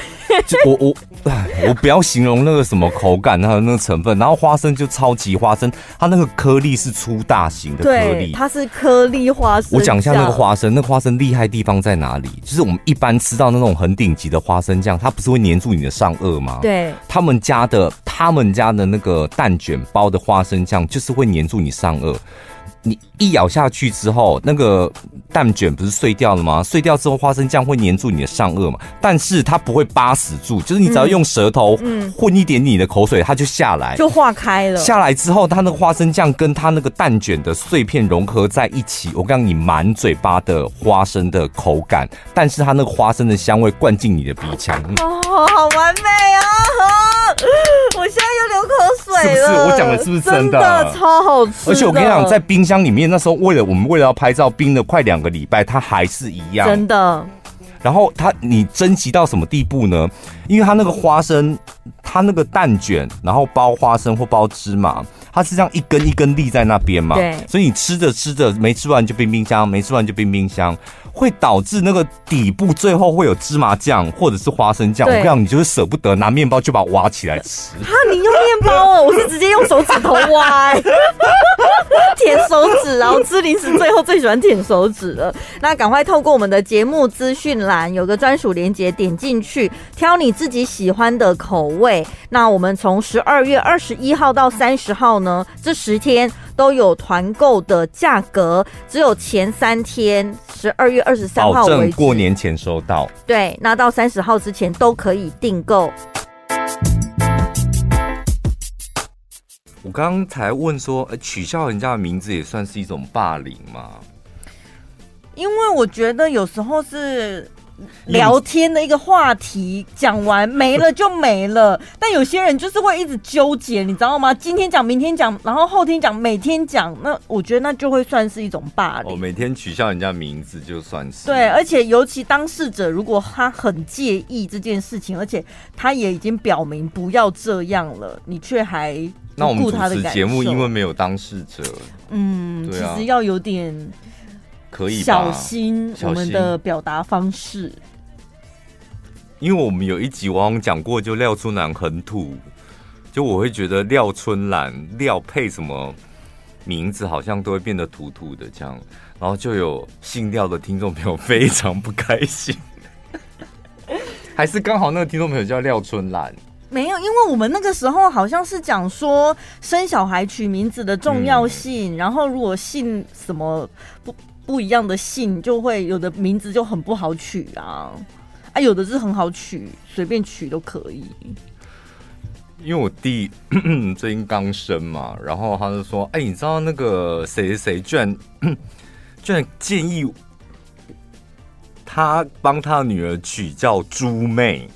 S1: 就我我唉我不要形容那个什么口感，还有那个成分，然后花生就超级花生，它那个颗粒是粗大型的颗
S2: 对，
S1: 粒。
S2: 它是颗粒花生酱。
S1: 我讲一下那个花生，那花生厉害地方在哪里？就是我们一般吃到那种很顶级的花生酱，它不是会粘住你的上颚吗？。
S3: 对，
S1: 他们家的他们家的那个蛋卷包的花生酱，就是会粘住你上颚。你一咬下去之后，那个蛋卷不是碎掉了吗？碎掉之后，花生酱会粘住你的上颚嘛。但是它不会扒死住，就是你只要用舌头混一点你的口水，它就下来。
S2: 就化开了，
S1: 下来之后，它那个花生酱跟它那个蛋卷的碎片融合在一起，我告诉你，满嘴巴的花生的口感，但是它那个花生的香味灌进你的鼻腔。嗯
S2: 哦，好完美啊！我现在又流口水了。
S1: 是不是我讲的是不是真
S2: 真
S1: 的
S2: 超好吃的。
S1: 而且我跟你讲，在冰箱里面，那时候为了我们为了要拍照，冰了快两个礼拜，它还是一样
S2: 真。的
S1: 然后它你珍惜到什么地步呢？因为它那个花生，它那个蛋卷，然后包花生或包芝麻，它是这样一根一根立在那边嘛。
S3: 对
S1: 所以你吃着吃着没吃完就冰冰箱，没吃完就冰冰箱，会导致那个底部最后会有芝麻酱或者是花生酱。我
S2: 对
S1: 跟你讲，你就是舍不得拿面包就把它挖起来吃。
S2: 啊！你用面包哦，我是直接用手指头挖、欸， 舔手指，然后吃零食，最后最喜欢舔手指了。那赶快透过我们的节目资讯栏有个专属连接，点进去挑你自己喜欢的口味。那我们从十二月二十一号到三十号呢，这十天都有团购的价格，只有前三天，十二月二十三号
S1: 保
S2: 为
S1: 证
S2: 止。
S1: 过年前收到。
S2: 对，那到三十号之前都可以订购。
S1: 我刚才问说，呃，取笑人家的名字也算是一种霸凌吗？
S2: 因为我觉得有时候是聊天的一个话题，讲完没了就没了。但有些人就是会一直纠结，你知道吗？今天讲，明天讲，然后后天讲，每天讲，那我觉得那就会算是一种霸
S1: 哦，
S2: 凌。
S1: 每天取笑人家名字就算是
S2: 对，而且尤其当事者如果他很介意这件事情，而且他也已经表明不要这样了，你却还
S1: 那我
S2: 不
S1: 们
S2: 顾
S1: 主
S2: 他的
S1: 持
S2: 感
S1: 节目
S2: 受
S1: 因为没有当事者，
S2: 嗯，
S1: 对啊
S2: 其实要有点
S1: 可以
S2: 小
S1: 吧？
S2: 心
S1: 小
S2: 我们
S1: 心
S2: 的表达方式。
S1: 因为我们有一集往往讲过，就廖春兰很土，就我会觉得廖春兰廖配什么名字好像都会变得土土的这样，然后就有姓廖的听众朋友非常不开心，还是刚好那个听众朋友叫廖春兰。
S2: 没有，因为我们那个时候好像是讲说生小孩取名字的重要
S1: 嗯
S2: 性，然后如果姓什么不不一样的姓，就会有的名字就很不好取啊，啊，有的是很好取，随便取都可以。
S1: 因为我弟 最近刚生嘛，然后他就说：“哎、你知道那个谁谁谁居然 居然建议他帮他女儿取叫猪妹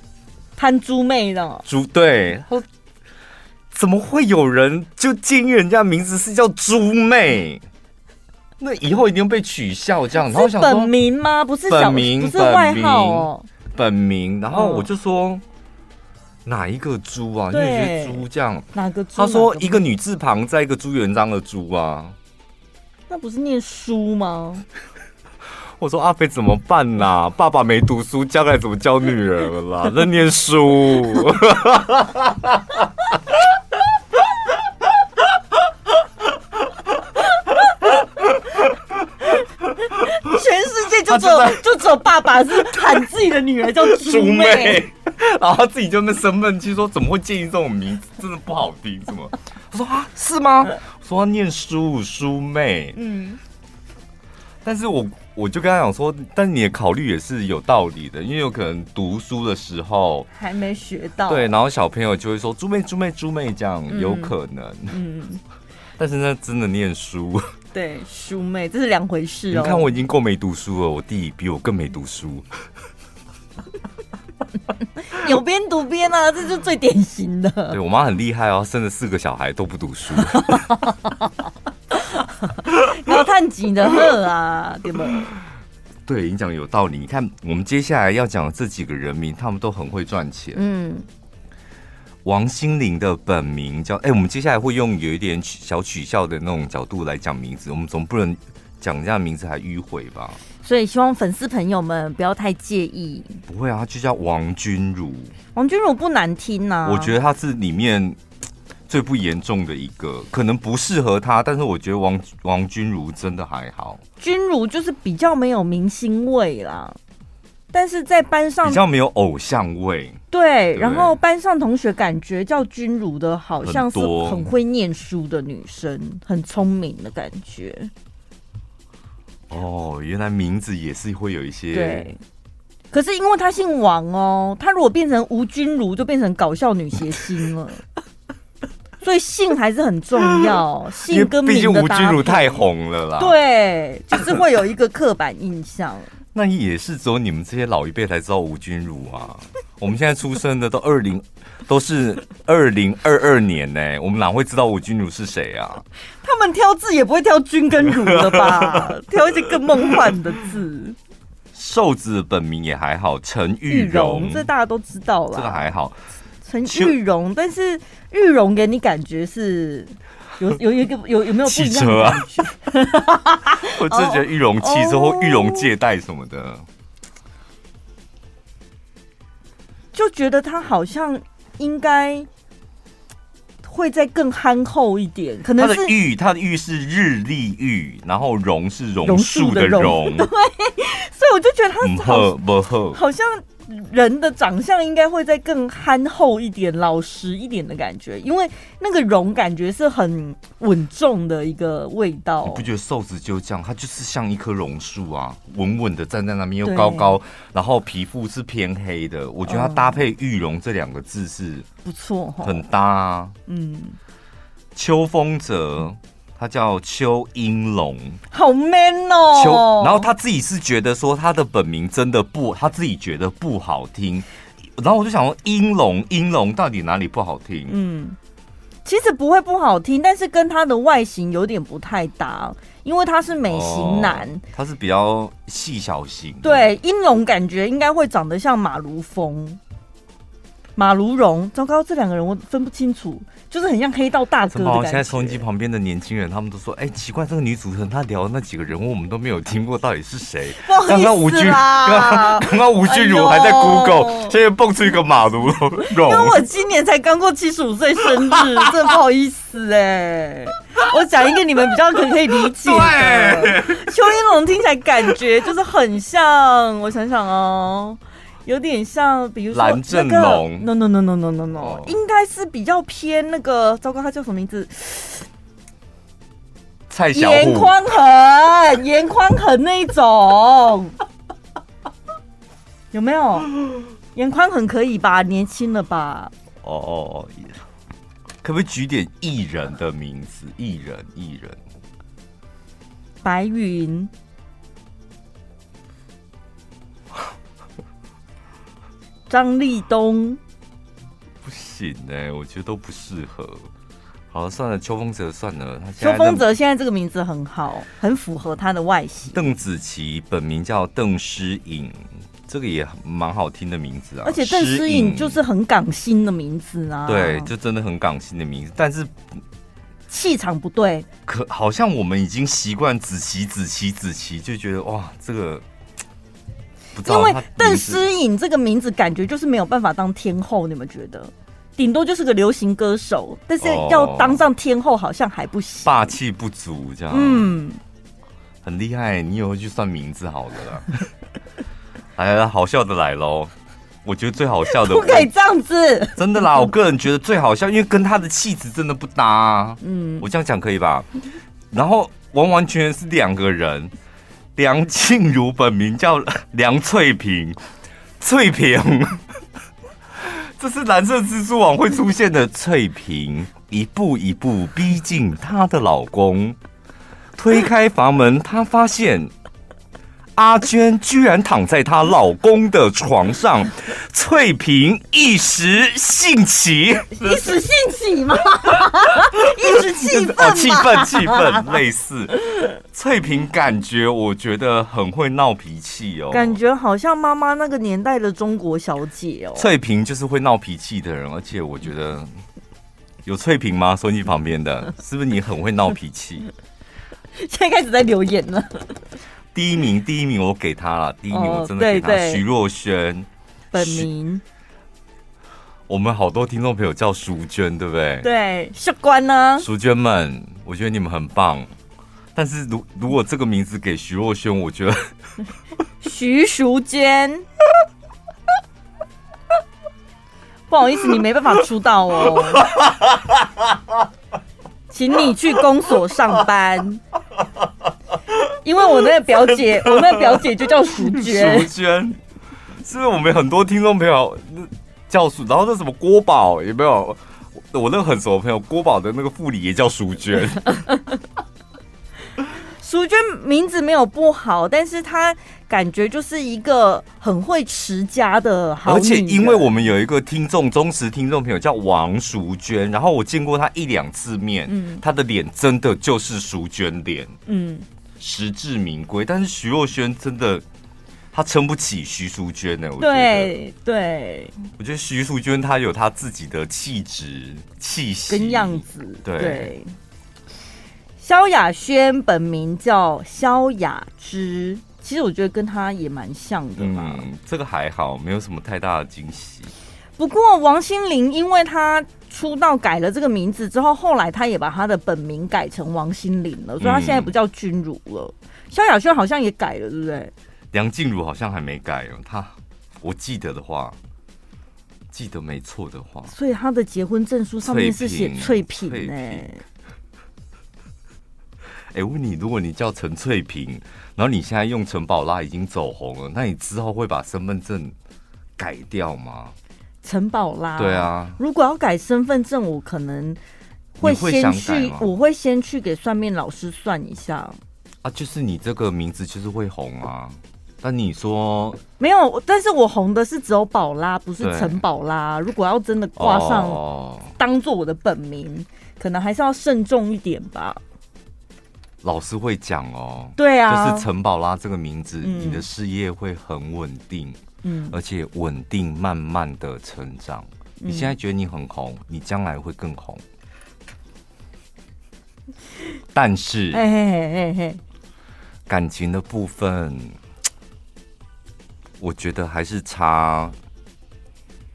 S2: 贪猪妹呢？
S1: 猪对，他说怎么会有人就建议人家名字是叫猪妹？那以后一定被取笑这样。”然后我
S2: 是
S1: 想
S2: 本
S1: 说
S2: 名吗？不是
S1: 本
S2: 小，
S1: 名
S2: 不是外号哦。
S1: 本名，然后
S2: 嗯
S1: 我就说、哪一个猪啊？因为我觉得
S2: 对
S1: 猪这样。
S2: 哪个猪？
S1: 他说
S2: 哪
S1: 一个女字旁，在一个朱元璋的朱啊。
S2: 那不是念书 吗？
S1: 我说阿飞怎么办啦、爸爸没读书，将来怎么教女儿啦？在念书。
S2: 全世界就只有就只有爸爸是喊自己的女儿叫 猪
S1: 猪
S2: 妹。
S1: 妹，然后他自己就那生闷气说，怎么会建议这种名字，真的不好听，什么？我说啊，是吗？我说他念书书妹，
S2: 嗯。
S1: 但是我我就跟他讲说，但你的考虑也是有道理的，因为有可能读书的时候，
S2: 还没学到。
S1: 对，，然后小朋友就会说猪妹猪妹猪妹这样，有可能。
S2: 嗯，
S1: 但是那真的念书，
S2: 对，叔妹，这是两回事
S1: 你
S2: 哦。
S1: 看我已经够没读书了，我弟比我更没读书。
S2: 有边读边啊，这就是最典型的。
S1: 对我妈很厉害哦，生了四个小孩都不读书。
S2: 要探几的呵啊， 对不？
S1: 对，你讲有道理。你看我们接下来要讲的这几个人名，他们都很会赚钱。
S3: 嗯，
S1: 王心凌的本名叫……哎，我们接下来会用有一点取小取笑的那种角度来讲名字，我们总不能讲人家名字还迂回吧？
S2: 所以希望粉丝朋友们不要太介意。
S1: 不会啊，他就叫王君如，
S2: 王君如不难听啊呐、
S1: 我觉得他是里面最不严重的一个，可能不适合他，但是我觉得王王君如真的还好，
S2: 君如就是比较没有明星味啦，但是在班上
S1: 比较没有偶像味。
S2: 对，
S1: 对
S2: 然后班上同学感觉叫君如的，好像是
S1: 很多
S2: 很会念书的女生，很聪明的感觉。
S1: 哦，原来名字也是会有一些
S2: 对，可是因为她姓王哦，她如果变成吴君如，就变成搞笑女谐星了。所以姓还是很重 要，
S1: 因
S2: 姓
S1: 为
S2: 跟
S1: 毕竟
S2: 名的
S1: 吴
S2: 搭
S1: 君如
S2: 配
S1: 太红了啦。，
S2: 对，就是会有一个刻板印象。
S1: 那也是只有你们这些老一辈才知道吴君如啊。我们现在出生的都二零， 都是二零二二年呢、我们哪会知道吴君如是谁啊？
S2: 他们挑字也不会挑君跟儒 了吧？挑一些更梦幻的字。
S1: 瘦子本名也还好，陈玉荣，
S2: 这大家都知道
S1: 这个
S2: 啦。
S1: 还好。
S2: 陈玉荣，但是玉荣给你感觉是有有有一个有有没有不
S1: 汽
S2: 一样
S1: 车
S2: 的
S1: 啊
S2: 感觉？，
S1: 我真的觉得玉龙汽车
S2: 哦
S1: 或玉龙借贷什么的，
S2: 就觉得他好像应该会再更憨厚一点，
S1: 它
S2: 可能
S1: 的
S2: 是
S1: 玉，它的玉是日历玉，然后榕是榕
S2: 榕
S1: 树
S2: 树
S1: 的
S2: 的
S1: 榕，
S2: 所以我就觉得
S1: 嗯
S2: 他好
S1: 呵不呵，
S2: 好像人的长相应该会再更憨厚一点、老实一点的感觉，因为那个容感觉是很稳重的一个味
S1: 你
S2: 道
S1: 不。觉得瘦子就这样，它就是像一棵榕树啊，稳稳的站在那边，又
S2: 对
S1: 高高，然后皮肤是偏黑的，我觉得它
S2: 嗯哦
S1: 搭配玉龙这两个字是
S2: 不错哈，
S1: 很搭啊。
S2: 嗯，
S1: 秋风泽，他叫邱英龙，
S2: 好 man 哦。
S1: 秋，然后他自己是觉得说他的本名真的不，他自己觉得不好听。然后我就想说，英龙，英龙到底哪里不好听？
S2: 嗯，其实不会不好听，但是跟他的外形有点不太搭，因为他是美型男。
S1: 哦他是比较细小型。，
S2: 对，英龙感觉应该会长得像马如风、马如荣。糟糕，这两个人我分不清楚，就是很像黑道大哥
S1: 陈
S2: 的
S1: 宝豪
S2: 感觉。
S1: 现在收音机旁边的年轻人，他们都说：“哎、奇怪，这个女主持人她聊的那几个人物，我们都没有听过，到底是谁
S2: 不好意思？”啦
S1: 刚刚吴君， 刚刚刚吴君如还在
S2: 哎呦
S1: Google，现在蹦出一个马如荣
S2: 因 为我今年才刚过七十五岁生日，真的不好意思哎、我讲一个你们比较可可以理解的。邱英龙听起来感觉就是很像，我想想哦，有点像，比如说
S1: 蓝正龙
S2: 那个 No no no no no no no，、
S1: 哦
S2: 应该是比较偏那个，糟糕，他叫什么名字？
S1: 蔡小
S2: 严
S1: 虎。
S2: 宽 恒，严宽恒那一种， 有 没有？严宽恒可以吧？年轻了吧？
S1: 哦哦哦，可不可以举点艺人的名字？艺人，艺人。
S2: 白云。张立东，
S1: 不行哎、我觉得都不适合。好了，算了，邱风泽算了，他现在
S2: 邱风
S1: 那么
S2: 泽现在这个名字很好，很符合他的外形，
S1: 邓紫棋本名叫邓诗颖，这个也蛮好听的名字啊。
S2: 而且邓诗颖就
S1: 诗
S2: 是很港星的名字啊，
S1: 对，就真的很港星的名字，但是
S2: 气场不对，
S1: 可好像我们已经习惯子琪、子琪、子琪，就觉得哇，这个不知
S2: 因
S1: 道
S2: 为
S1: 他
S2: 邓
S1: 名字
S2: 诗颖这个名字感觉就是没有办法当天后，你们觉得？顶多就是个流行歌手，但是
S1: 哦
S2: 要当上天后好像还不行。
S1: 霸气不足这样，嗯，
S2: 嗯，
S1: 很厉害。你以后去算名字好了 啦。来来，好笑的来喽！我觉得最好 笑的
S2: 不可以这样子。
S1: 真的啦，我个人觉得最好笑，因为跟他的气质真的不搭、啊。
S2: 嗯，
S1: 我这样讲可以吧？然后完完全全是两个人。梁静茹本名叫 梁翠萍，翠萍， 这是蓝色蜘蛛网会出现的翠萍，一步一步逼近她的老公。推开房门，她发现阿娟居然躺在她老公的床上，翠萍一时兴起。
S2: 一时兴起 嘛，一时气愤
S1: 哦，
S2: 嘛。
S1: 气氛气氛类似。翠萍感觉我觉得很会闹脾气哦，
S2: 感觉好像妈妈那个年代的中国小姐哦。
S1: 翠萍就是会闹脾气的人，而且我觉得有翠萍吗？收音机旁边的，是不是你很会闹脾气？
S2: 现在开始在留言了，
S1: 第一名，第一名我给他了，第一名
S2: 哦
S1: 我真的给他。
S2: 对对
S1: 徐若瑄，
S2: 本名
S1: 我们好多听众朋友叫淑娟，对不对？
S2: 对秀官呢？
S1: 淑娟们，我觉得你们很棒。但是如如果这个名字给徐若瑄，我觉得
S2: 徐淑娟。 不好意思，你没办法出道 哦，请你去公所上班，因为我那个表 姐，我那个表姐就叫淑
S1: 淑
S2: 娟，
S1: 娟是不是我们很多听众朋友那叫淑，然后那什么郭宝有没有？我我那个很熟的朋友郭宝的那个副理也叫淑 娟，
S2: 淑娟名字没有不好，但是她感觉就是一个很会持家的好
S1: 而且
S2: 女
S1: 因为
S2: 人
S1: 我们有一个听众忠实听众朋友叫王淑娟，然后我见过她一两次面，
S2: 嗯
S1: 她的脸真的就是淑娟脸，
S2: 嗯，
S1: 实至名归。但是徐若瑄真的，她撑不起徐淑娟呢、我觉得，
S2: 对对，
S1: 我觉得徐淑娟她有她自己的气质、气息
S2: 跟样。子。
S1: 对
S2: 对，萧亚轩本名叫萧雅芝，其实我觉得跟她也蛮像的嘛。
S1: 嗯，这个还好，没有什么太大的惊喜。
S2: 不过王心凌，因为她出道改了这个名字之后，后来她也把她的本名改成王心凌了，所以她现在不叫君如了。萧亚轩好像也改了，对不对？
S1: 梁静茹好像还没改哦，她我记得的话，记得没错的话，
S2: 所以她的结婚证书上面是写
S1: 翠
S2: 翠
S1: 屏
S2: 屏哎、
S1: 哎、问你，如果你叫陈翠萍，然后你现在用陈宝拉已经走红了，那你之后会把身份证改掉吗？
S2: 陈宝拉。
S1: 对，啊，
S2: 如果要改身份证，我可能会
S1: 你会想
S2: 先
S1: 改
S2: 去
S1: 吗，
S2: 我会先去给算命老师算一下。
S1: 啊，就是你这个名字就是会红啊。但你说
S2: 没有，但是我红的是只有宝拉，不是
S1: 对
S2: 陈宝拉。如果要真的挂上
S1: 哦、
S2: 当做我的本名，可能还是要慎重一点吧。
S1: 老师会讲哦，
S2: 对啊，
S1: 就是陈宝拉这个名字，
S2: 嗯
S1: 你的事业会很稳定，
S2: 嗯，
S1: 而且稳定慢慢的成长。你现在觉得你很红，你将来会更红。但是，
S2: 哎嘿嘿嘿嘿，
S1: 感情的部分，我觉得还是差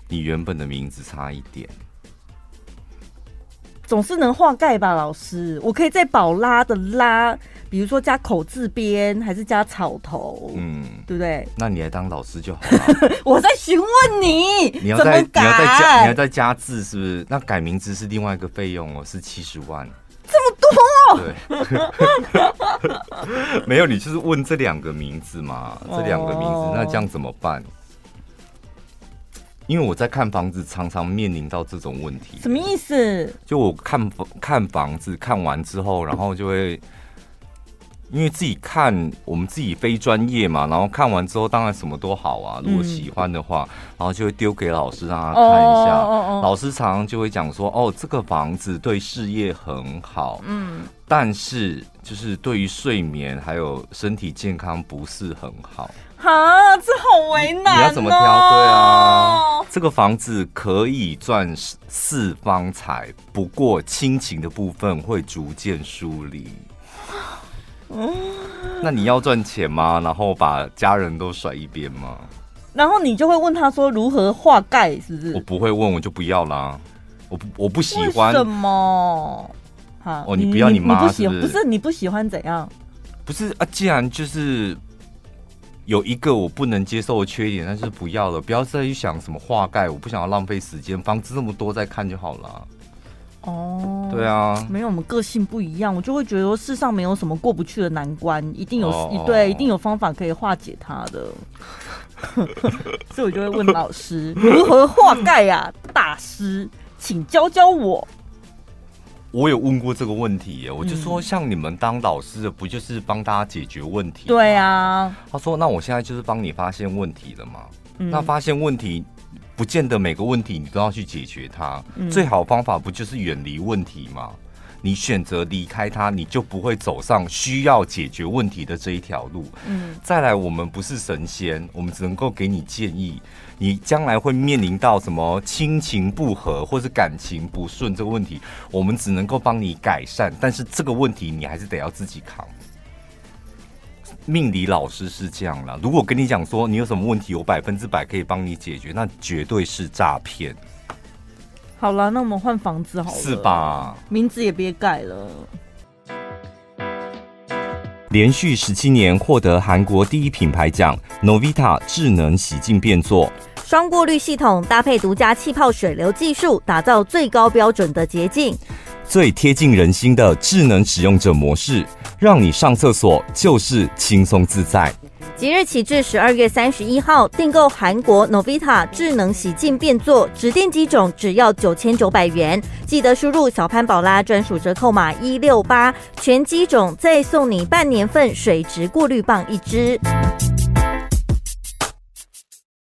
S1: 你原本的名字差一点。
S2: 总是能化盖吧，老师。我可以在宝拉的拉，比如说加口字边，还是加草头，
S1: 嗯，
S2: 对不对？
S1: 那你来当老师就好了。
S2: 我在询问你，
S1: 你要
S2: 怎
S1: 再
S2: 么
S1: 你
S2: 改？
S1: 要再加你要再加字是不是？那改名字是另外一个费用哦，是七十万。这么多、
S2: 哦
S1: 对，没 有，你就是问这两个名字嘛，这两个名字，
S2: 哦
S1: 那这样怎么办？因为我在看房子，常常面临到这种问题。
S2: 什么意思？
S1: 就我看房看房子看完之后，然后就会因为自己看我们自己非专业嘛，然后看完之后当然什么都好
S2: 嗯
S1: 啊，如果喜欢的话，然后就会丢给老师让他啊看一下。
S2: 哦哦
S1: 老师常常就会讲说，哦，这个房子对事业很好，
S2: 嗯，
S1: 但是就是对于睡眠还有身体健康不是很好。
S2: 哈，这好为难、哦、
S1: 你要怎么挑？对
S2: 哦
S1: 啊，这个房子可以赚四四方财，不过亲情的部分会逐渐疏离。
S2: 嗯
S1: 那你要赚钱吗？然后把家人都甩一边吗？
S2: 然后你就会问他说如何化盖，是不
S1: 我
S2: 是？
S1: 不会问，我就不要啦。我不我不喜
S2: 为
S1: 欢，
S2: 什么？哈
S1: 哦你不要你妈
S2: 不喜
S1: 是不
S2: 不
S1: 是
S2: 是你不喜欢怎样？
S1: 不是啊。既然就是有一个我不能接受的缺点，那就是不要了。不要再去想什么化盖，我不想要浪费时间。房子那么多，再看就好了。
S2: 哦，
S1: 对。啊，
S2: 没有，我们个性不一样，我就会觉得说世上没有什么过不去的难关，一定有、
S1: 哦哦
S2: 对，
S1: 哦
S2: 一定有方法可以化解它的。 所以我就会问老师如何化盖呀、大师，请教教我。
S1: 我有问过这个问题耶，我就说
S2: 嗯
S1: 像你们当老师的，不就是帮大家解决问题？
S2: 对。啊，
S1: 他说：“那我现在就是帮你发现问题了嘛。
S2: 嗯
S1: 那发现问题，不见得每个问题你都要去解决它。
S2: 嗯
S1: 最好方法不就是远离问题吗？你选择离开它，你就不会走上需要解决问题的这一条路。
S2: 嗯
S1: 再来，我们不是神仙，我们只能够给你建议。你将来会面临到什么亲情不和或是感情不顺这个问题，我们只能够帮你改善，但是这个问题你还是得要自己扛。命理老师是这样啦，如果跟你讲说你有什么问题，我百分之百可以帮你解决，那绝对是诈骗，
S2: 好了，那我们换房子好了，
S1: 是？吧？
S2: 名字也别改了。
S1: 连续十七年获得韩国第一品牌奖 Novita 智能洗净变座，
S3: 双过滤系统搭配独家气泡水流技术，打造最高标准的洁净。
S1: 最贴近人心的智能使用者模式，让你上厕所就是轻松自在。
S3: 即日起至十二月三十一号，订购韩国 Novita 智能洗净变座指定机种，只要九千九百元。记得输入小潘宝拉专属折扣码一六八，全机种再送你半年份水质过滤棒一支。